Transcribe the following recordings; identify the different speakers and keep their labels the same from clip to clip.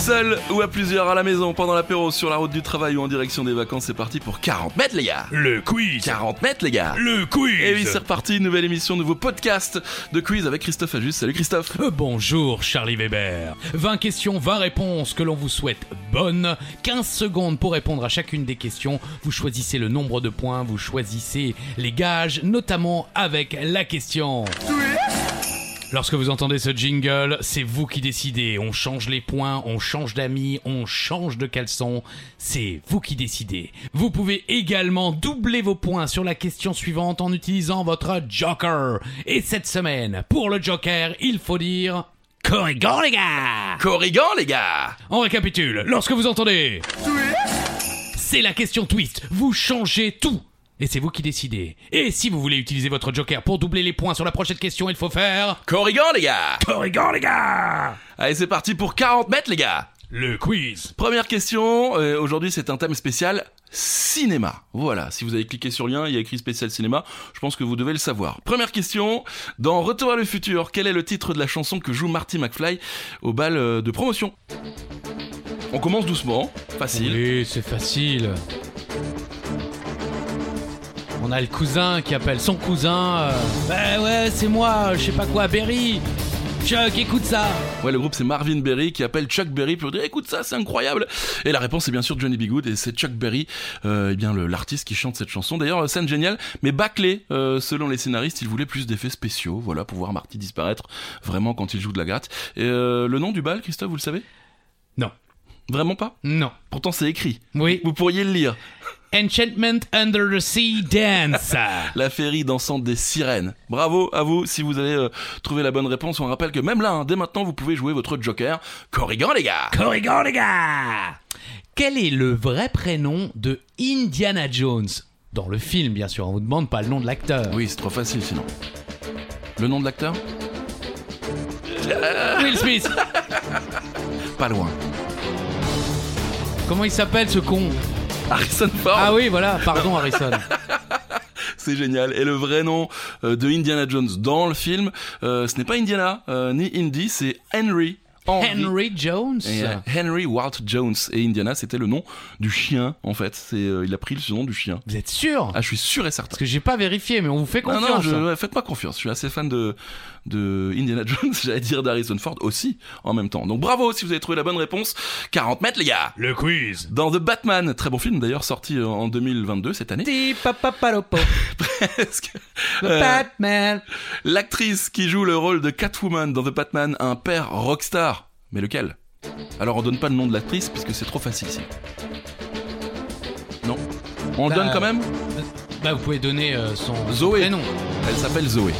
Speaker 1: Seul ou à plusieurs à la maison, pendant l'apéro, sur la route du travail ou en direction des vacances, c'est parti pour 40 mètres, les gars.
Speaker 2: Le quiz.
Speaker 1: 40 mètres, les gars.
Speaker 2: Le quiz.
Speaker 1: Et oui, c'est reparti, nouvelle émission, nouveau podcast de quiz avec Christophe Ajus. Salut Christophe.
Speaker 2: Euh, Bonjour Charlie Weber. 20 questions, 20 réponses que l'on vous souhaite bonnes. 15 secondes pour répondre à chacune des questions. Vous choisissez le nombre de points, vous choisissez les gages, notamment avec la question. Lorsque vous entendez ce jingle, c'est vous qui décidez. On change les points, on change d'amis, on change de caleçon. C'est vous qui décidez. Vous pouvez également doubler vos points sur la question suivante en utilisant votre joker. Et cette semaine, pour le joker, il faut dire... Corrigan les gars
Speaker 1: Corrigan, les gars.
Speaker 2: on récapitule, lorsque vous entendez... C'est la question twist, vous changez tout Et c'est vous qui décidez. Et si vous voulez utiliser votre joker pour doubler les points sur la prochaine question, il faut faire...
Speaker 1: Corrigan, les gars.
Speaker 2: Corrigan les gars
Speaker 1: Allez, c'est parti pour 40 mètres, les gars.
Speaker 2: Le quiz
Speaker 1: Première question, euh, aujourd'hui c'est un thème spécial cinéma. Voilà, si vous avez cliqué sur le lien, il y a écrit spécial cinéma, je pense que vous devez le savoir. Première question, dans Retour à le futur, quel est le titre de la chanson que joue Marty McFly au bal euh, de promotion On commence doucement, facile.
Speaker 2: Oui, c'est facile. On a le cousin qui appelle son cousin. euh, bah ouais, c'est moi, je sais pas quoi, Berry. Chuck, écoute ça.
Speaker 1: Ouais, le groupe c'est Marvin Berry qui appelle Chuck Berry pour lui dire écoute ça, c'est incroyable. Et la réponse est bien sûr Johnny B. Good et c'est Chuck Berry, euh, eh bien le- l'artiste qui chante cette chanson. D'ailleurs, euh, scène géniale, mais bâclée euh, selon les scénaristes, il voulait plus d'effets spéciaux, voilà, pour voir Marty disparaître vraiment quand il joue de la gratte. Et euh, le nom du bal, Christophe, vous le savez
Speaker 2: Non.
Speaker 1: Vraiment pas
Speaker 2: Non.
Speaker 1: Pourtant c'est écrit.
Speaker 2: Oui.
Speaker 1: Vous pourriez le lire.
Speaker 2: Enchantment Under the Sea Dance.
Speaker 1: La féerie dansante des sirènes. Bravo à vous si vous avez euh, trouvé la bonne réponse. On rappelle que même là, hein, dès maintenant, vous pouvez jouer votre Joker. Corrigan les gars
Speaker 2: Corrigan, les gars Quel est le vrai prénom de Indiana Jones Dans le film, bien sûr, on vous demande pas le nom de l'acteur.
Speaker 1: Oui, c'est trop facile sinon. Le nom de l'acteur
Speaker 2: Will Smith
Speaker 1: Pas loin.
Speaker 2: Comment il s'appelle ce con
Speaker 1: Harrison Ford
Speaker 2: Ah oui, voilà, pardon Harrison.
Speaker 1: C'est génial. Et le vrai nom euh, de Indiana Jones dans le film, euh, ce n'est pas Indiana euh, ni Indy, c'est Henry.
Speaker 2: Henry Jones
Speaker 1: Et, euh, Henry Ward Jones et Indiana, c'était le nom du chien en fait. C'est euh, il a pris le nom du chien.
Speaker 2: Vous êtes sûr
Speaker 1: Ah, je suis sûr et certain.
Speaker 2: Parce que j'ai pas vérifié, mais on vous fait
Speaker 1: Non,
Speaker 2: confiance. hein.
Speaker 1: non, je- ouais, faites-moi confiance. Je suis assez fan de, de Indiana Jones, j'allais dire d'Harrison Ford aussi en même temps. Donc bravo si vous avez trouvé la bonne réponse. 40 mètres, les gars.
Speaker 2: Le quiz
Speaker 1: Dans The Batman, très bon film d'ailleurs, sorti euh, en 2022 cette année. Presque. Euh,
Speaker 2: Batman
Speaker 1: L'actrice qui joue le rôle de Catwoman dans The Batman a un père rockstar. Mais lequel Alors on donne pas le nom de l'actrice puisque c'est trop facile ici. Non On le
Speaker 2: Bah,
Speaker 1: donne quand même
Speaker 2: Bah vous pouvez donner euh, son son
Speaker 1: Zoé.
Speaker 2: prénom.
Speaker 1: Elle s'appelle Zoé.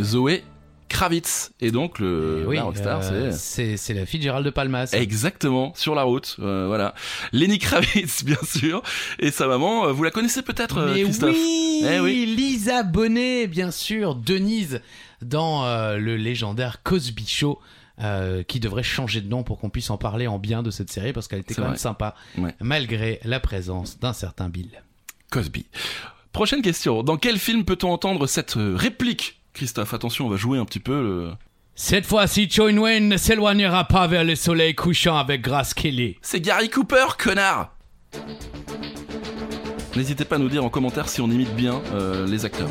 Speaker 1: Zoé Kravitz. Et donc bah, le
Speaker 2: Oui,
Speaker 1: la rockstar,
Speaker 2: euh,
Speaker 1: c'est...
Speaker 2: c'est c'est la fille de Gérald de Palmas.
Speaker 1: Exactement, sur la route, euh, voilà. Lenny Kravitz, bien sûr, et sa maman, euh, vous la connaissez peut-être, euh,
Speaker 2: Mais
Speaker 1: Christophe
Speaker 2: oui,
Speaker 1: Eh oui.
Speaker 2: Lisa Bonnet, bien sûr, Denise dans euh, le légendaire Cosby Show. euh, qui devrait changer de nom pour qu'on puisse en parler en bien de cette série parce qu'elle était
Speaker 1: C'est
Speaker 2: quand même
Speaker 1: vrai.
Speaker 2: sympa
Speaker 1: Ouais.
Speaker 2: malgré la présence d'un certain Bill.
Speaker 1: Cosby. Prochaine question. Dans quel film peut-on entendre cette euh, réplique Christophe, attention, on va jouer un petit peu. le-
Speaker 2: Cette fois-ci, Choin Wen ne s'éloignera pas vers le soleil couchant avec Grace Kelly.
Speaker 1: C'est Gary Cooper, connard N'hésitez pas à nous dire en commentaire si on imite bien euh, les acteurs.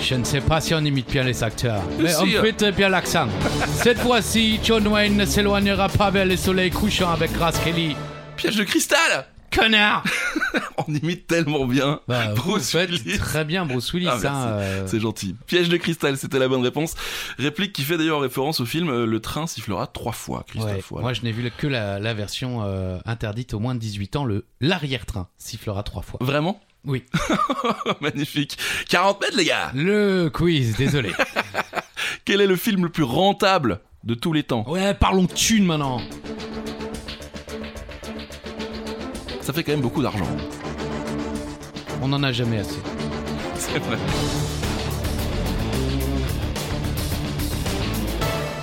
Speaker 2: Je ne sais pas si on imite bien les acteurs, mais
Speaker 1: si.
Speaker 2: on fait très bien l'accent. Cette fois-ci, John Wayne ne s'éloignera pas vers le soleil couchant avec Grace Kelly.
Speaker 1: Piège de cristal
Speaker 2: Connard
Speaker 1: On imite tellement bien.
Speaker 2: bah, vous
Speaker 1: Bruce
Speaker 2: faites
Speaker 1: Willis.
Speaker 2: Très bien, Bruce Willis.
Speaker 1: Ah, merci.
Speaker 2: hein, euh,
Speaker 1: C'est gentil. Piège de cristal, c'était la bonne réponse. Réplique qui fait d'ailleurs référence au film euh, Le train sifflera trois fois, Christophe.
Speaker 2: ouais.
Speaker 1: voilà.
Speaker 2: Moi, je n'ai vu que la, la version euh, interdite aux moins de 18 ans, le l'arrière-train sifflera trois fois.
Speaker 1: Vraiment
Speaker 2: Oui.
Speaker 1: Magnifique. 40 mètres, les gars
Speaker 2: Le quiz, désolé.
Speaker 1: Quel est le film le plus rentable de tous les temps
Speaker 2: ouais, parlons thune maintenant.
Speaker 1: Ça fait quand même beaucoup d'argent.
Speaker 2: On n'en a jamais assez.
Speaker 1: C'est vrai.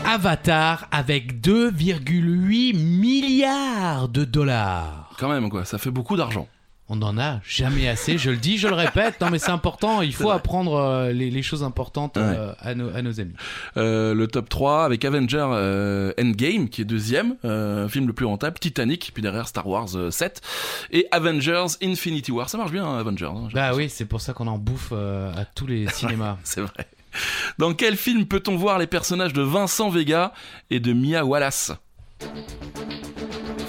Speaker 2: Avatar avec 2,8 milliards de dollars.
Speaker 1: Quand même, quoi, ça fait beaucoup d'argent.
Speaker 2: On n'en a jamais assez, je le dis, je le répète. Non, mais c'est important, il faut apprendre euh, les, les choses importantes euh, à, nos, à nos amis.
Speaker 1: Euh, le top 3 avec Avenger euh, Endgame qui est deuxième, euh, film le plus rentable, Titanic, puis derrière Star Wars euh, 7 et Avengers Infinity War. Ça marche bien hein, Avengers. hein, j'ai-
Speaker 2: Bah oui, c'est pour ça qu'on en bouffe euh, à tous les cinémas.
Speaker 1: C'est vrai. Dans quel film peut-on voir les personnages de Vincent Vega et de Mia Wallace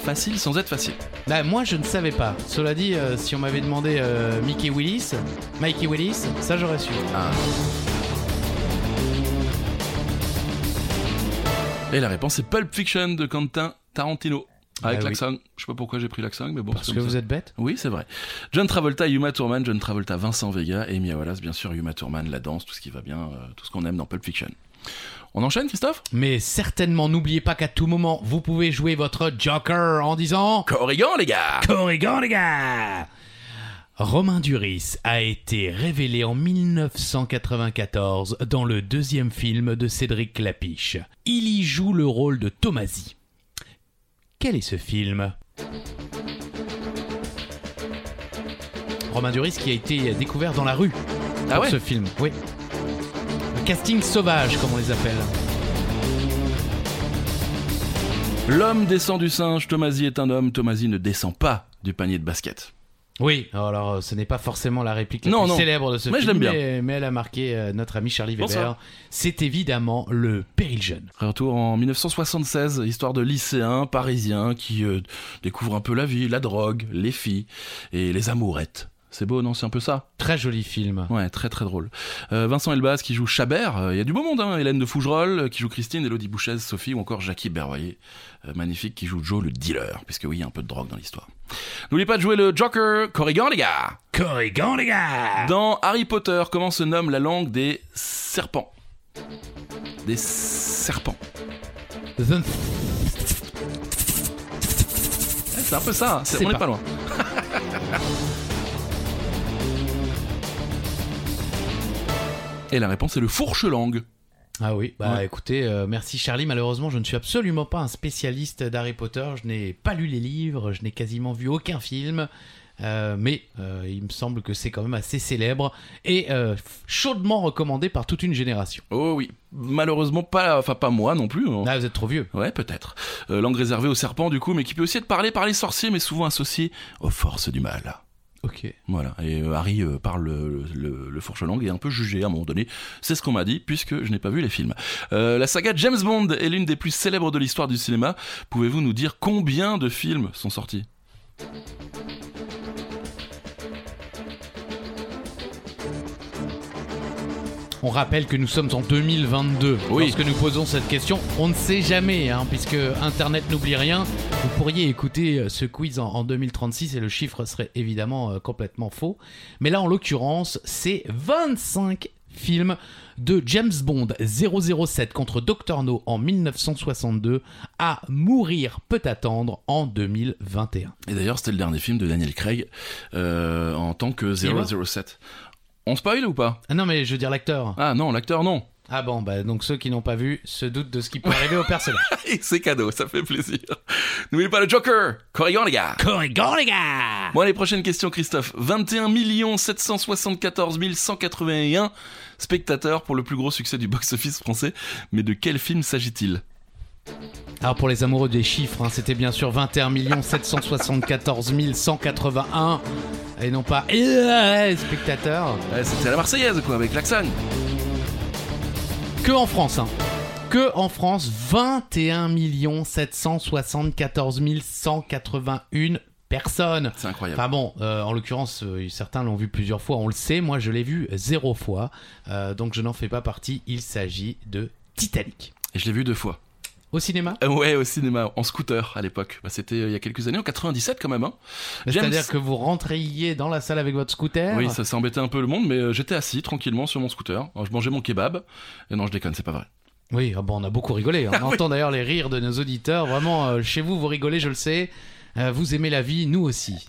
Speaker 1: Facile sans être facile.
Speaker 2: Bah moi je ne savais pas. Cela dit, euh, si on m'avait demandé euh, Mickey Willis, Mikey Willis, ça j'aurais su.
Speaker 1: Ah. Et la réponse est Pulp Fiction de Quentin Tarantino avec
Speaker 2: Bah oui.
Speaker 1: l'accent. Je sais pas pourquoi j'ai pris l'accent, mais bon.
Speaker 2: Parce
Speaker 1: c'est
Speaker 2: que
Speaker 1: comme ça.
Speaker 2: vous êtes bête
Speaker 1: Oui, c'est vrai. John Travolta, Yuma Thurman, John Travolta, Vincent Vega et Mia Wallace, bien sûr, Yuma Thurman, la danse, tout ce qui va bien, euh, tout ce qu'on aime dans Pulp Fiction. On enchaîne, Christophe
Speaker 2: Mais certainement, n'oubliez pas qu'à tout moment, vous pouvez jouer votre Joker en disant
Speaker 1: Corrigan, les gars
Speaker 2: Corrigan les gars Romain Duris a été révélé en 1994 dans le deuxième film de Cédric Clapiche. Il y joue le rôle de Tomasi. Quel est ce film Romain Duris qui a été découvert dans la rue
Speaker 1: Ah
Speaker 2: pour
Speaker 1: ouais
Speaker 2: ce film, oui. Le casting sauvage comme on les appelle.
Speaker 1: L'homme descend du singe, Tomasi est un homme, Tomasi ne descend pas du panier de basket.
Speaker 2: Oui, alors euh, ce n'est pas forcément la réplique la
Speaker 1: Non,
Speaker 2: plus
Speaker 1: non.
Speaker 2: célèbre de ce
Speaker 1: Mais je
Speaker 2: film,
Speaker 1: l'aime bien.
Speaker 2: Mais, mais elle a marqué euh, notre ami Charlie
Speaker 1: Bonsoir.
Speaker 2: Weber. C'est évidemment le péril jeune.
Speaker 1: Retour en 1976, histoire de lycéens parisiens qui euh, découvrent un peu la vie, la drogue, les filles et les amourettes. C'est beau, non C'est un peu ça
Speaker 2: Très joli film.
Speaker 1: Ouais, très très drôle. Euh, Vincent Elbaz qui joue Chabert, euh, il y a du beau monde, hein. Hélène de Fougerolles euh, qui joue Christine, Elodie Bouchez, Sophie ou encore Jackie Berroyer, euh, magnifique, qui joue Joe le dealer, puisque oui, il y a un peu de drogue dans l'histoire. N'oubliez pas de jouer le Joker, Corrigan les gars
Speaker 2: Corrigan les gars
Speaker 1: Dans Harry Potter, comment se nomme la langue des serpents Des serpents.
Speaker 2: The-
Speaker 1: Eh, C'est un peu ça, hein. C'est-
Speaker 2: C'est
Speaker 1: on n'est
Speaker 2: pas.
Speaker 1: pas loin. Et la réponse est le fourche-langue.
Speaker 2: Ah oui, bah
Speaker 1: Ouais.
Speaker 2: écoutez, euh, merci Charlie. Malheureusement, je ne suis absolument pas un spécialiste d'Harry Potter. Je n'ai pas lu les livres, je n'ai quasiment vu aucun film. Euh, mais euh, il me semble que c'est quand même assez célèbre et euh, chaudement recommandé par toute une génération.
Speaker 1: Oh oui, malheureusement pas, enfin pas moi non plus. hein.
Speaker 2: Ah, vous êtes trop vieux.
Speaker 1: Ouais, peut-être. Euh, langue réservée aux serpents du coup, mais qui peut aussi être parlée par les sorciers, mais souvent associée aux forces du mal.
Speaker 2: Ok.
Speaker 1: Voilà. Et euh, Harry euh, parle le, le, le fourche-langue et est un peu jugé à un moment donné. C'est ce qu'on m'a dit, puisque je n'ai pas vu les films. Euh, la saga James Bond est l'une des plus célèbres de l'histoire du cinéma. Pouvez-vous nous dire combien de films sont sortis
Speaker 2: On rappelle que nous sommes en 2022.
Speaker 1: Oui.
Speaker 2: Lorsque nous posons cette question, on ne sait jamais, hein, puisque Internet n'oublie rien. Vous pourriez écouter euh, ce quiz en, en 2036 et le chiffre serait évidemment euh, complètement faux. Mais là, en l'occurrence, c'est 25 films de James Bond 007 contre Dr No en 1962 à Mourir peut attendre en 2021.
Speaker 1: Et d'ailleurs, c'était le dernier film de Daniel Craig euh, en tant que
Speaker 2: Il est mort
Speaker 1: 007. On spoil ou pas
Speaker 2: Ah non, mais je veux dire l'acteur.
Speaker 1: Ah non, l'acteur non.
Speaker 2: Ah bon, bah donc ceux qui n'ont pas vu se doutent de ce qui peut arriver au personnage.
Speaker 1: Et c'est cadeau, ça fait plaisir. N'oubliez pas le Joker Corrigan les gars
Speaker 2: Corrigan les gars
Speaker 1: Bon, les prochaines questions, Christophe. 21 774 181 spectateurs pour le plus gros succès du box-office français. Mais de quel film s'agit-il
Speaker 2: Alors pour les amoureux des chiffres, hein, c'était bien sûr 21 774 181 et non pas euh, spectateurs.
Speaker 1: Ouais, Eh, C'était la Marseillaise, quoi, avec l'accent.
Speaker 2: Que en France, hein. Que en France, 21 774 181 personnes.
Speaker 1: C'est incroyable.
Speaker 2: Enfin bon, euh, en l'occurrence, euh, certains l'ont vu plusieurs fois, on le sait. Moi, je l'ai vu zéro fois, euh, donc je n'en fais pas partie. Il s'agit de Titanic.
Speaker 1: Ah. Et je l'ai vu deux fois.
Speaker 2: Au cinéma
Speaker 1: Euh, ouais, au cinéma, en scooter à l'époque. Bah, C'était euh, il y a quelques années, en 97 quand même. Hein. James-
Speaker 2: C'est-à-dire que vous rentriez dans la salle avec votre scooter
Speaker 1: Oui, ça, ça embêtait un peu le monde, mais euh, j'étais assis tranquillement sur mon scooter. Alors, je mangeais mon kebab. Et non, je déconne, c'est pas vrai.
Speaker 2: Oui, ah bon, on a beaucoup rigolé. On entend d'ailleurs les rires de nos auditeurs. Vraiment, euh, chez vous, vous rigolez, je le sais. Euh, vous aimez la vie, nous aussi.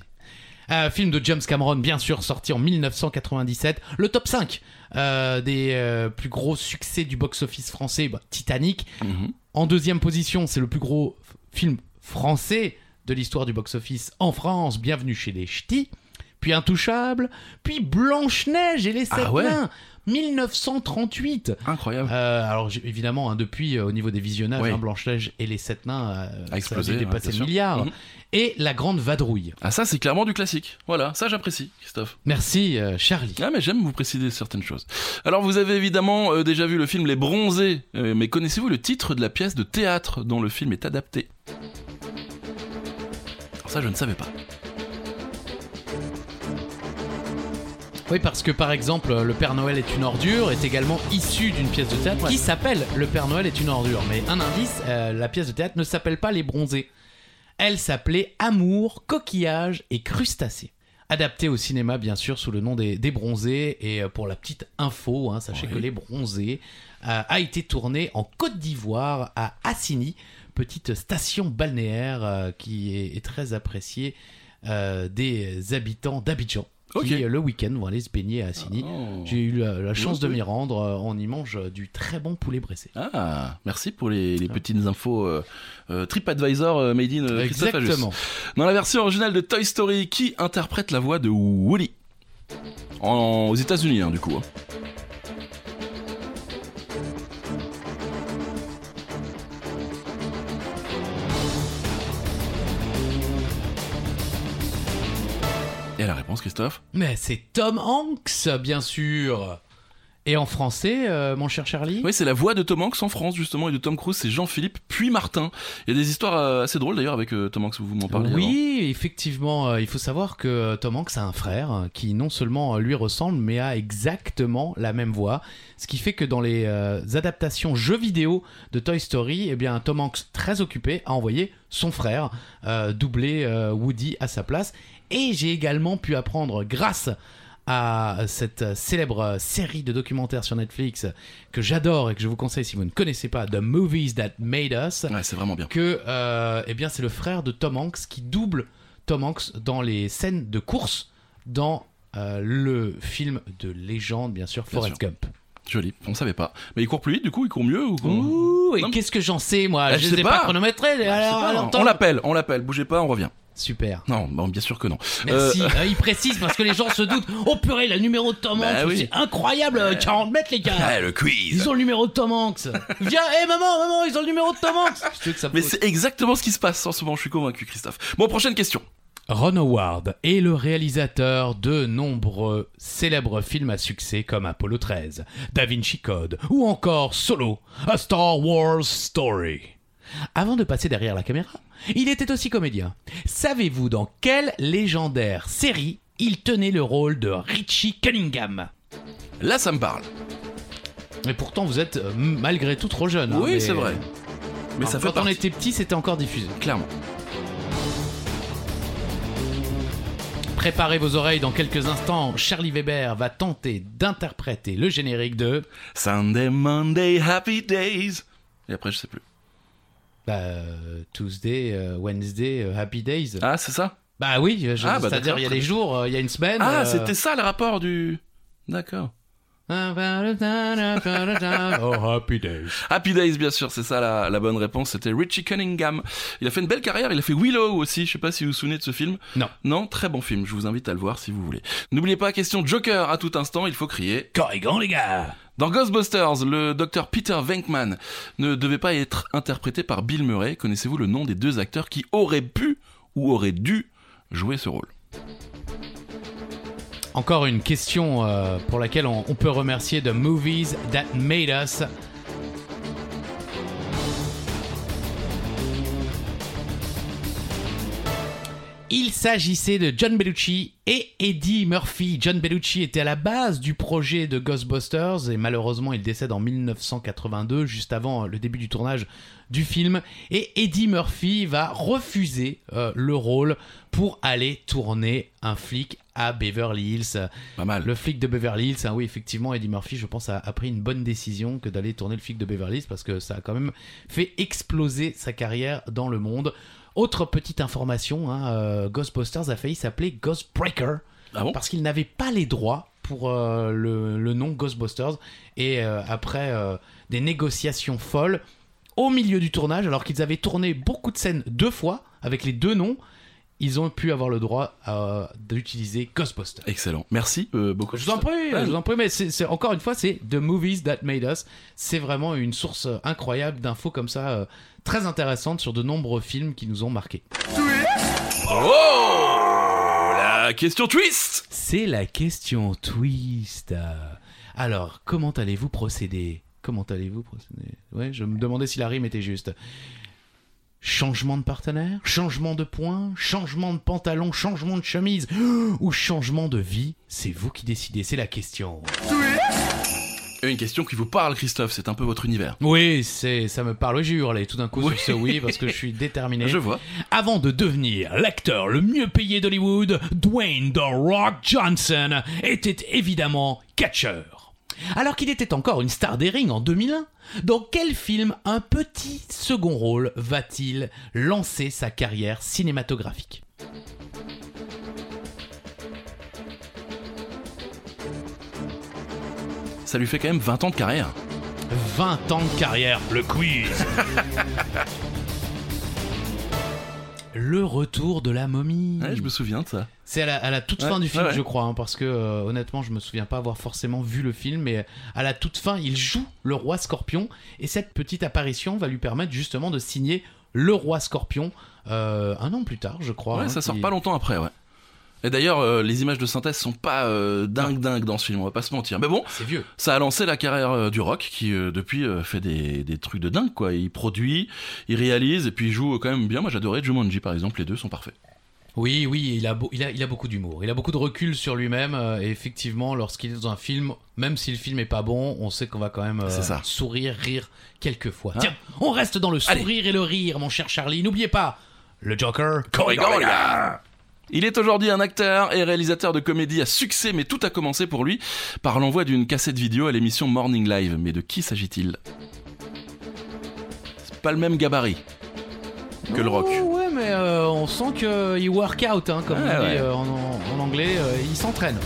Speaker 2: Euh, film de James Cameron, bien sûr, sorti en 1997. Le top 5 euh, des euh, plus gros succès du box-office français, bah, Titanic.
Speaker 1: Mhm.
Speaker 2: En deuxième position, c'est le plus gros f- film français de l'histoire du box-office en France, Bienvenue chez les Ch'tis, puis Intouchable, puis Blanche-Neige et les
Speaker 1: Ah
Speaker 2: Sept
Speaker 1: ouais
Speaker 2: Nains, 1938.
Speaker 1: Incroyable.
Speaker 2: Euh, alors j'ai- évidemment, hein, depuis euh, au niveau des visionnages,
Speaker 1: Oui.
Speaker 2: hein, Blanche-Neige et les Sept Nains, euh,
Speaker 1: A explosé,
Speaker 2: ça a
Speaker 1: ouais,
Speaker 2: dépassé
Speaker 1: bien
Speaker 2: le
Speaker 1: sûr.
Speaker 2: milliard.
Speaker 1: Mhm.
Speaker 2: Et La Grande Vadrouille.
Speaker 1: Ah ça c'est clairement du classique. Voilà, ça j'apprécie, Christophe.
Speaker 2: Merci euh, Charlie.
Speaker 1: Ah mais j'aime vous préciser certaines choses. Alors vous avez évidemment euh, déjà vu le film Les Bronzés, euh, mais connaissez-vous le titre de la pièce de théâtre dont le film est adapté Alors ça je ne savais pas.
Speaker 2: Oui, parce que par exemple, euh, Le Père Noël est une ordure est également issu d'une pièce de théâtre qui s'appelle Le Père Noël est une ordure. Mais un indice, euh, la pièce de théâtre ne s'appelle pas Les Bronzés. Elle s'appelait Amour, Coquillage et Crustacés. Adaptée au cinéma, bien sûr, sous le nom des, des Bronzés. Et euh, pour la petite info, hein, sachez
Speaker 1: Oui.
Speaker 2: que Les Bronzés euh, a été tourné en Côte d'Ivoire, à Assini, petite station balnéaire euh, qui est, est très appréciée euh, des habitants d'Abidjan
Speaker 1: Ok.
Speaker 2: qui euh, le week-end vont aller se baigner à Assini.
Speaker 1: Oh.
Speaker 2: J'ai eu la, la chance
Speaker 1: Oui,
Speaker 2: de
Speaker 1: oui.
Speaker 2: m'y rendre, euh, on y mange euh, du très bon poulet bressé.
Speaker 1: Ah, merci pour les, les petites infos euh, euh, TripAdvisor euh, made in euh, Christophe Ajus.
Speaker 2: Exactement.
Speaker 1: Dans la version originale de Toy Story, qui interprète la voix de Woody En- aux États-Unis, hein, du coup. hein. Et la réponse, Christophe
Speaker 2: Mais c'est Tom Hanks, bien sûr. Et en français, euh, mon cher Charlie
Speaker 1: Oui, c'est la voix de Tom Hanks en France, justement, et de Tom Cruise, c'est Jean-Philippe, puis Martin. Il y a des histoires euh, assez drôles, d'ailleurs, avec euh, Tom Hanks, vous m'en parliez. avant.
Speaker 2: Oui, effectivement, euh, il faut savoir que euh, Tom Hanks a un frère euh, qui non seulement euh, lui ressemble, mais a exactement la même voix. Ce qui fait que dans les euh, adaptations jeux vidéo de Toy Story, eh bien, Tom Hanks, très occupé, a envoyé son frère euh, doubler euh, Woody à sa place. Et j'ai également pu apprendre, grâce à cette euh, célèbre euh, série de documentaires sur Netflix que j'adore et que je vous conseille si vous ne connaissez pas, The Movies That Made Us,
Speaker 1: Ouais, c'est vraiment bien.
Speaker 2: que euh, eh bien c'est le frère de Tom Hanks qui double Tom Hanks dans les scènes de course dans euh, le film de légende bien sûr
Speaker 1: Bien
Speaker 2: Forrest Gump.
Speaker 1: Joli, on savait pas. Mais il court plus vite, du coup, il court mieux ou quoi
Speaker 2: Ouh, et
Speaker 1: Non, mais-
Speaker 2: qu'est-ce que j'en sais moi
Speaker 1: Ah,
Speaker 2: Je
Speaker 1: je
Speaker 2: ne
Speaker 1: sais
Speaker 2: sais pas
Speaker 1: pas. hein.
Speaker 2: chronométré. alors, alors,
Speaker 1: on
Speaker 2: Tom-
Speaker 1: l'appelle, on l'appelle, bougez pas, on revient.
Speaker 2: Super.
Speaker 1: Non, bon, bien sûr que non.
Speaker 2: Merci. Euh, il précise parce que les gens se doutent. Oh purée, le numéro de Tom
Speaker 1: Bah
Speaker 2: Hanks,
Speaker 1: oui.
Speaker 2: c'est incroyable, euh, 40 mètres les gars.
Speaker 1: Ah, le quiz
Speaker 2: Ils ont le numéro de Tom Hanks. Viens, hé maman, maman, ils ont le numéro de Tom Hanks. Je te dis que ça
Speaker 1: Mais
Speaker 2: pose-
Speaker 1: c'est exactement ce qui se passe en ce moment, je suis convaincu, Christophe. Bon, prochaine question.
Speaker 2: Ron Howard est le réalisateur de nombreux célèbres films à succès comme Apollo 13, Da Vinci Code ou encore Solo, A Star Wars Story. Avant de passer derrière la caméra, il était aussi comédien. Savez-vous dans quelle légendaire série il tenait le rôle de Richie Cunningham
Speaker 1: Là, ça me parle.
Speaker 2: Et pourtant vous êtes euh, malgré tout trop jeune. hein,
Speaker 1: oui,
Speaker 2: mais-
Speaker 1: c'est vrai. Mais
Speaker 2: Alors,
Speaker 1: ça fait
Speaker 2: quand on
Speaker 1: partie,
Speaker 2: était petit, c'était encore diffusé.
Speaker 1: clairement.
Speaker 2: Préparez vos oreilles dans quelques instants. Charlie Weber va tenter d'interpréter le générique de.
Speaker 1: Sunday, Monday, Happy Days. Et après, je sais plus.
Speaker 2: Bah, euh, Tuesday, euh, Wednesday, euh, Happy Days.
Speaker 1: Ah, c'est ça
Speaker 2: Bah oui, je-
Speaker 1: Ah, bah
Speaker 2: c'est-à-dire
Speaker 1: d'accord,
Speaker 2: il y a
Speaker 1: très
Speaker 2: des
Speaker 1: bien.
Speaker 2: jours, euh, il y a une semaine.
Speaker 1: Ah,
Speaker 2: euh,
Speaker 1: c'était ça le rapport du. D'accord.
Speaker 2: Oh, Happy Days.
Speaker 1: Happy Days, bien sûr, c'est ça la, la bonne réponse. C'était Richie Cunningham. Il a fait une belle carrière. Il a fait Willow aussi. Je sais pas si vous vous souvenez de ce film.
Speaker 2: Non.
Speaker 1: Non, très bon film. Je vous invite à le voir si vous voulez. N'oubliez pas, question Joker. À tout instant, il faut crier.
Speaker 2: Corrigan, les gars
Speaker 1: Dans Ghostbusters, le docteur Peter Venkman ne devait pas être interprété par Bill Murray. Connaissez-vous le nom des deux acteurs qui auraient pu ou auraient dû jouer ce rôle
Speaker 2: Encore une question euh, pour laquelle on, on peut remercier The Movies That Made Us. Il s'agissait de John Bellucci et Eddie Murphy. John Bellucci était à la base du projet de Ghostbusters et malheureusement il décède en 1982, juste avant euh, le début du tournage du film. Et Eddie Murphy va refuser euh, le rôle pour aller tourner un flic à Beverly Hills.
Speaker 1: Pas mal.
Speaker 2: Le flic de Beverly Hills, hein, oui, effectivement, Eddie Murphy, je pense, a, a pris une bonne décision que d'aller tourner le flic de Beverly Hills parce que ça a quand même fait exploser sa carrière dans le monde. Autre petite information, hein, euh, Ghostbusters a failli s'appeler Ghostbreaker
Speaker 1: Ah bon
Speaker 2: parce qu'il n'avait pas les droits pour euh, le, le nom Ghostbusters. Et euh, après euh, des négociations folles, au milieu du tournage, alors qu'ils avaient tourné beaucoup de scènes deux fois avec les deux noms, ils ont pu avoir le droit euh, d'utiliser Ghostbusters.
Speaker 1: Excellent. Merci euh, beaucoup.
Speaker 2: Bah, Je vous en prie,
Speaker 1: Ouais.
Speaker 2: je vous en prie, mais c'est c'est- encore une fois, c'est The Movies That Made Us. C'est vraiment une source euh, incroyable d'infos comme ça, euh, très intéressante sur de nombreux films qui nous ont marqués.
Speaker 1: Oh La question twist
Speaker 2: C'est la question twist. Alors, comment allez-vous procéder Comment allez-vous procéder Ouais, je me demandais si la rime était juste. Changement de partenaire, changement de point, changement de pantalon, changement de chemise ou changement de vie, c'est vous qui décidez, c'est la question.
Speaker 1: Une question qui vous parle, Christophe, c'est un peu votre univers.
Speaker 2: Oui, c'est ça me parle, j'ai hurlé tout d'un coup
Speaker 1: Oui.
Speaker 2: sur ce oui parce que je suis déterminé.
Speaker 1: Je vois.
Speaker 2: Avant de devenir l'acteur le mieux payé d'Hollywood, Dwayne The Rock Johnson était évidemment catcheur. Alors qu'il était encore une star des rings en 2001, dans quel film un petit second rôle va-t-il lancer sa carrière cinématographique
Speaker 1: Ça lui fait quand même 20 ans de carrière.
Speaker 2: 20 ans de carrière, le quiz Le retour de la momie.
Speaker 1: Ouais, je me souviens de ça.
Speaker 2: C'est à la, à la toute
Speaker 1: Ouais,
Speaker 2: fin du film,
Speaker 1: ouais, ouais.
Speaker 2: je crois, hein, parce que euh, honnêtement, je me souviens pas avoir forcément vu le film, mais à la toute fin, il joue le roi Scorpion, et cette petite apparition va lui permettre justement de signer le roi Scorpion euh, un an plus tard, je crois.
Speaker 1: Ouais,
Speaker 2: hein,
Speaker 1: ça sort
Speaker 2: qui-
Speaker 1: pas longtemps après, ouais. Et d'ailleurs, euh, les images de synthèse sont pas euh, dingues
Speaker 2: Ah.
Speaker 1: dingues dans ce film, on va pas se mentir. Mais bon,
Speaker 2: C'est vieux.
Speaker 1: ça a lancé la carrière euh, du rock qui, euh, depuis, euh, fait des, des trucs de dingue, quoi. Il produit, il réalise et puis il joue euh, quand même bien. Moi, j'adorais Jumanji, par exemple, les deux sont parfaits.
Speaker 2: Oui, oui, il a, beau- il a, il a beaucoup d'humour, il a beaucoup de recul sur lui-même, euh, et effectivement, lorsqu'il est dans un film, même si le film est pas bon, on sait qu'on va quand même euh,
Speaker 1: C'est ça.
Speaker 2: sourire, rire quelquefois.
Speaker 1: Hein
Speaker 2: Tiens, on reste dans le
Speaker 1: Allez.
Speaker 2: sourire et le rire, mon cher Charlie. N'oubliez pas, le Joker.
Speaker 1: Il est aujourd'hui un acteur et réalisateur de comédie à succès, mais tout a commencé pour lui par l'envoi d'une cassette vidéo à l'émission Morning Live. Mais de qui s'agit-il C'est pas le même gabarit que le rock.
Speaker 2: Oh, ouais, mais euh, on sent qu'il work out, hein, comme
Speaker 1: Ouais,
Speaker 2: on dit
Speaker 1: Ah, ouais.
Speaker 2: euh, en, en- en anglais, euh, il s'entraîne.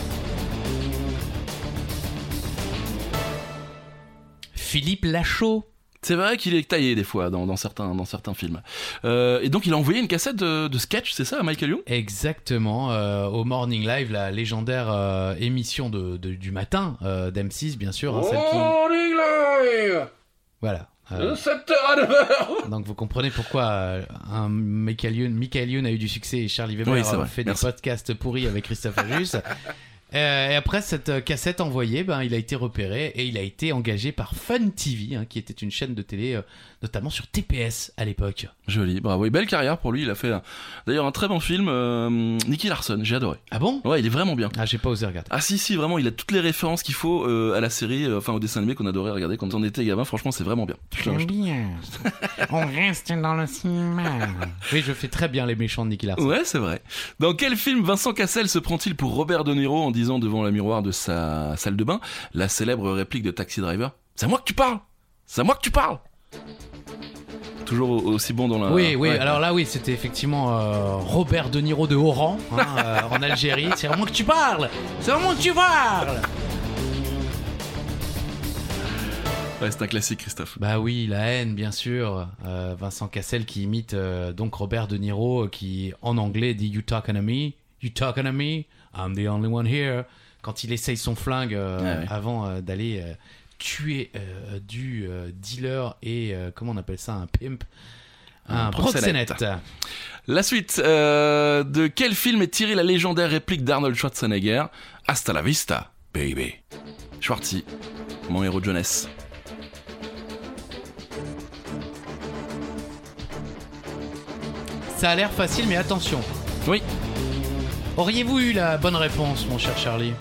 Speaker 2: Philippe Lachaud.
Speaker 1: C'est vrai qu'il est taillé des fois dans, dans certains, dans certains films. Euh, et donc il a envoyé une cassette de, de sketch, c'est ça, à Michael Young
Speaker 2: Exactement, euh, au Morning Live, la légendaire euh, émission de, de- du matin euh, d'M6, bien sûr. hein, celle qui-
Speaker 1: Morning Live
Speaker 2: Voilà.
Speaker 1: Oh.
Speaker 2: euh, Donc vous comprenez pourquoi euh, un Michael Youn, Michael Youn a eu du succès et Charlie Weber
Speaker 1: Oui,
Speaker 2: a
Speaker 1: c'est vrai.
Speaker 2: fait
Speaker 1: Merci.
Speaker 2: des podcasts pourris avec Christophe Ajus. Euh, et après cette euh, cassette envoyée, ben, il a été repéré et il a été engagé par Fun TV, hein, qui était une chaîne de télé, euh, notamment sur TPS à l'époque.
Speaker 1: Joli, bravo. Et belle carrière pour lui, il a fait un- d'ailleurs un très bon film, euh, Nicky Larson, j'ai adoré.
Speaker 2: Ah bon
Speaker 1: Ouais, il est vraiment bien.
Speaker 2: Ah, j'ai pas osé regarder.
Speaker 1: Ah si si vraiment il a toutes les références qu'il faut euh, à la série euh, enfin au dessin animé qu'on adorait regarder quand on était gamin franchement c'est vraiment bien. Putain, je-
Speaker 3: bien. On reste dans le cinéma.
Speaker 2: Oui, je fais très bien les méchants de Nicky Larson.
Speaker 1: Ouais c'est vrai. Dans quel film Vincent Cassel se prend-il pour Robert De Niro en disant devant le miroir de sa salle de bain la célèbre réplique de Taxi Driver C'est à moi que tu parles C'est à moi que tu parles Toujours au- aussi bon dans la...
Speaker 2: Oui, oui,
Speaker 1: Ouais.
Speaker 2: alors là, oui, c'était effectivement euh, Robert De Niro de Oran, hein, euh, en Algérie. C'est vraiment que tu parles C'est vraiment que tu parles
Speaker 1: Ouais, c'est un classique Christophe.
Speaker 2: Bah oui, la haine, bien sûr. Euh, Vincent Cassel qui imite euh, donc Robert De Niro, euh, qui en anglais dit You talking to me, you talking to me, I'm the only one here. Quand il essaye son flingue euh,
Speaker 1: Ah Ouais, ouais.
Speaker 2: avant euh, d'aller euh, tuer euh, du euh, dealer et euh, comment on appelle ça, un pimp, un,
Speaker 1: Un proxénète.
Speaker 2: proxénète.
Speaker 1: La suite, euh, de quel film est tirée la légendaire réplique d'Arnold Schwarzenegger Hasta la vista, baby. Schwartzy, mon héros de jeunesse.
Speaker 2: Ça a l'air facile, mais attention.
Speaker 1: Oui.
Speaker 2: Auriez-vous eu la bonne réponse, mon cher Charlie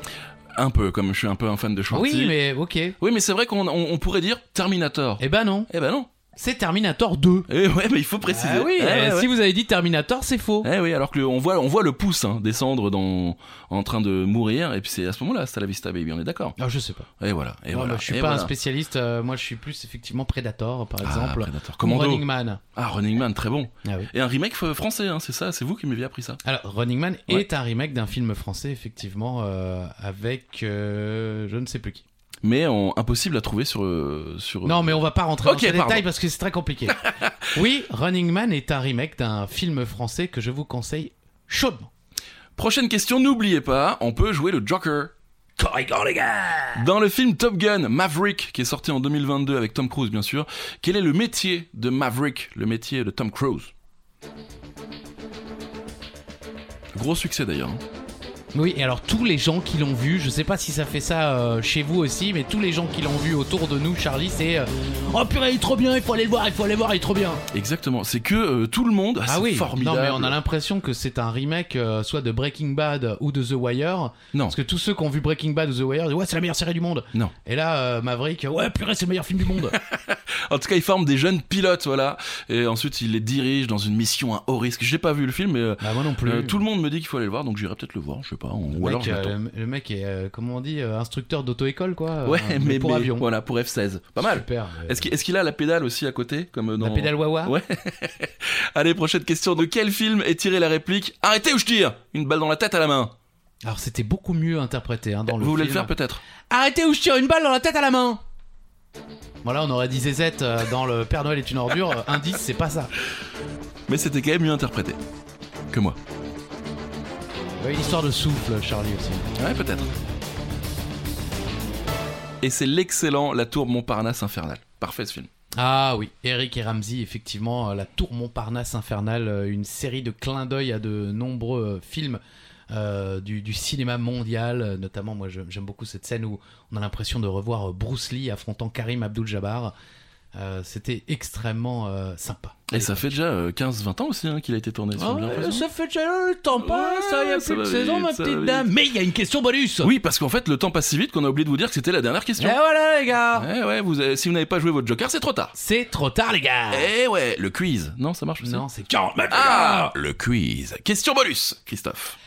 Speaker 1: Un peu, comme je suis un peu un fan de Schwarzenegger.
Speaker 2: Oui, mais ok.
Speaker 1: Oui, mais c'est vrai qu'on on- on pourrait dire Terminator.
Speaker 2: Eh ben non,
Speaker 1: Eh ben non.
Speaker 2: c'est Terminator 2.
Speaker 1: Eh ouais, mais il faut préciser.
Speaker 2: Ah oui,
Speaker 1: eh,
Speaker 2: euh,
Speaker 1: ouais, ouais.
Speaker 2: si vous avez dit Terminator, c'est faux.
Speaker 1: Eh oui, alors que le- on voit, on voit le pouce hein, descendre dans, en train de mourir, et puis c'est à ce moment-là, c'est la vista, baby, on est d'accord.
Speaker 2: Ah, je sais pas.
Speaker 1: Et voilà. Et
Speaker 2: Moi,
Speaker 1: voilà.
Speaker 2: bah, je suis
Speaker 1: et
Speaker 2: pas
Speaker 1: voilà.
Speaker 2: un spécialiste. euh, moi, je suis plus effectivement Predator, par
Speaker 1: Ah,
Speaker 2: exemple.
Speaker 1: Predator.
Speaker 2: Ou
Speaker 1: Commando.
Speaker 2: Running Man.
Speaker 1: Ah, Running Man, très bon.
Speaker 2: Ah oui.
Speaker 1: Et un remake f- français, hein, c'est ça, c'est vous qui m'avez appris ça.
Speaker 2: Alors, Running Man
Speaker 1: Ouais.
Speaker 2: est un remake d'un film français, effectivement, euh, avec euh, je ne sais plus qui.
Speaker 1: mais on- impossible à trouver sur. euh, sur
Speaker 2: Non, mais on va pas rentrer
Speaker 1: Ok,
Speaker 2: dans les
Speaker 1: pardon.
Speaker 2: détails parce que c'est très compliqué. oui, Running Man est un remake d'un film français que je vous conseille chaudement.
Speaker 1: Prochaine question, n'oubliez pas, on peut jouer le Joker. Dans le film Top Gun, Maverick, qui est sorti en 2022 avec Tom Cruise, bien sûr, quel est le métier de Maverick, le métier de Tom Cruise Gros succès d'ailleurs. hein.
Speaker 2: Oui, et alors tous les gens qui l'ont vu, je sais pas si ça fait ça euh, chez vous aussi, mais tous les gens qui l'ont vu autour de nous, Charlie, c'est euh, Oh purée, il est trop bien, il faut aller le voir, il faut aller le voir, il est trop bien.
Speaker 1: Exactement, c'est que euh, tout le monde. Ah,
Speaker 2: Ah
Speaker 1: c'est
Speaker 2: oui,
Speaker 1: formidable.
Speaker 2: non mais on a l'impression que c'est un remake euh, soit de Breaking Bad ou de The Wire.
Speaker 1: Non.
Speaker 2: Parce que tous ceux qui ont vu Breaking Bad ou The Wire disent ouais c'est la meilleure série du monde.
Speaker 1: Non.
Speaker 2: Et là euh, Maverick ouais purée c'est le meilleur film du monde.
Speaker 1: En tout cas, ils forment des jeunes pilotes, voilà. Et ensuite, ils les dirigent dans une mission à haut risque. J'ai pas vu le film, mais euh,
Speaker 2: bah moi non plus.
Speaker 1: euh, tout le monde me dit qu'il faut aller le voir, donc j'irai peut-être le voir, je sais pas. Ou
Speaker 2: le,
Speaker 1: alors
Speaker 2: mec,
Speaker 1: je
Speaker 2: euh,
Speaker 1: m'attends.
Speaker 2: le, le mec est euh, comment on dit euh, instructeur d'auto-école quoi. euh,
Speaker 1: Ouais, mais,
Speaker 2: pour
Speaker 1: mais
Speaker 2: avion.
Speaker 1: Voilà, pour F16. Pas mal.
Speaker 2: Super. euh,
Speaker 1: Est-ce qu'il est-ce qu'il a la pédale aussi à côté comme euh, dans...
Speaker 2: la pédale Wawa.
Speaker 1: Ouais. Allez, prochaine question. De quel film est tirée la réplique Arrêtez ou je tire Une balle dans la tête à la main.
Speaker 2: Alors c'était beaucoup mieux interprété hein, dans le
Speaker 1: Vous voulez le
Speaker 2: film.
Speaker 1: faire peut-être
Speaker 2: Arrêtez ou je tire une balle dans la tête à la main. Voilà, on aurait dit ZZ euh, dans le Père Noël est une ordure. euh, Indice, c'est pas ça.
Speaker 1: Mais c'était quand même mieux interprété. Que moi.
Speaker 2: Ouais, une histoire de souffle, Charlie aussi.
Speaker 1: Ouais, peut-être. Et c'est l'excellent La Tour Montparnasse Infernale. Parfait ce film.
Speaker 2: Ah oui, Eric et Ramsey, effectivement, euh, la Tour Montparnasse infernale, euh, une série de clins d'œil à de nombreux euh, films euh, du, du cinéma mondial. euh, Notamment, moi, je- j'aime beaucoup cette scène où on a l'impression de revoir euh, Bruce Lee affrontant Karim Abdul-Jabbar. Euh, C'était extrêmement euh, sympa.
Speaker 1: Et ça fait déjà euh, 15-20 ans aussi hein, qu'il a été tourné. si j'ai bien l'impression.
Speaker 2: Ah, fait déjà le temps
Speaker 1: passe, hein, y a Ouais, plus ça de va saison, vite, ma ça petite va vite. dame.
Speaker 2: Mais il y a une question bonus. Eh
Speaker 1: oui, parce qu'en fait, le temps passe si vite qu'on a oublié de vous dire que c'était la dernière question. Eh
Speaker 2: voilà, les gars.
Speaker 1: Ouais, ouais, vous avez- si vous n'avez pas joué votre Joker, c'est trop tard.
Speaker 2: C'est trop tard, les gars.
Speaker 1: Eh ouais, le quiz. Non, ça marche aussi.
Speaker 2: Non, c'est
Speaker 1: Ah, le quiz. Question bonus, Christophe.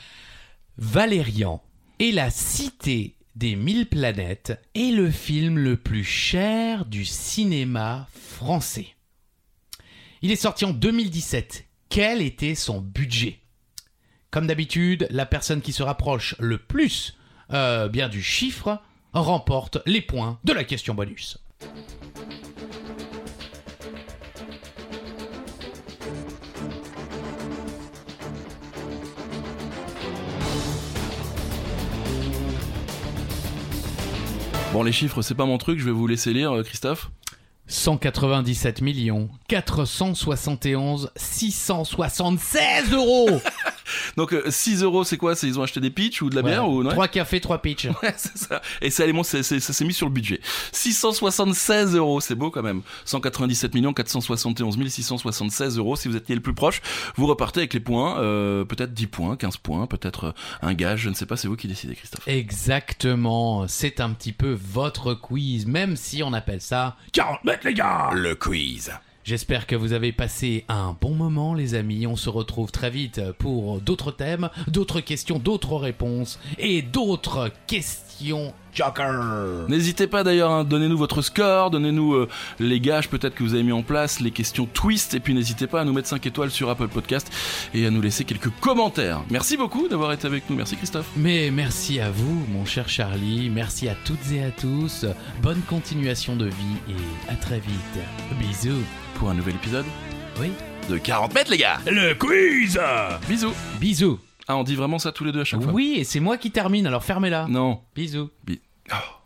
Speaker 2: Valérian et la cité des mille planètes est le film le plus cher du cinéma français. Il est sorti en 2017. Quel était son budget Comme d'habitude, la personne qui se rapproche le plus euh, bien du chiffre remporte les points de la question bonus.
Speaker 1: Bon, les chiffres, c'est pas mon truc, je vais vous laisser lire, euh, Christophe.
Speaker 2: 197 millions 471 676 euros
Speaker 1: Donc, euh, 6 euros, c'est quoi C'est ils ont acheté des pitchs ou de la bière ou non
Speaker 2: Trois cafés, trois pitchs.
Speaker 1: Ouais, c'est ça. Et c'est allez, bon, c'est- c'est- ça s'est mis sur le budget. 676 euros, c'est beau quand même. 197 millions 471 676 euros. Si vous êtes né le plus proche, vous repartez avec les points. euh, peut-être 10 points, 15 points, peut-être euh, un gage. Je ne sais pas, c'est vous qui décidez, Christophe.
Speaker 2: Exactement, c'est un petit peu votre quiz, même si on appelle ça 40 mètres les gars
Speaker 1: Le quiz.
Speaker 2: J'espère que vous avez passé un bon moment les amis, on se retrouve très vite pour d'autres thèmes, d'autres questions, d'autres réponses et d'autres questions Joker
Speaker 1: N'hésitez pas d'ailleurs, hein, donnez-nous votre score, donnez-nous euh, les gages peut-être que vous avez mis en place, les questions twist, et puis n'hésitez pas à nous mettre 5 étoiles sur Apple Podcast et à nous laisser quelques commentaires. Merci beaucoup d'avoir été avec nous, merci Christophe.
Speaker 2: Mais merci à vous mon cher Charlie, merci à toutes et à tous, bonne continuation de vie et à très vite. Bisous
Speaker 1: Pour un nouvel épisode
Speaker 2: Oui
Speaker 1: de 40 mètres les gars
Speaker 2: Le quiz
Speaker 1: Bisous
Speaker 2: Bisous
Speaker 1: Ah on dit vraiment ça tous les deux à chaque fois
Speaker 2: Oui et c'est moi qui termine alors fermez-la
Speaker 1: Non.
Speaker 2: Bisous
Speaker 1: Bi- Oh.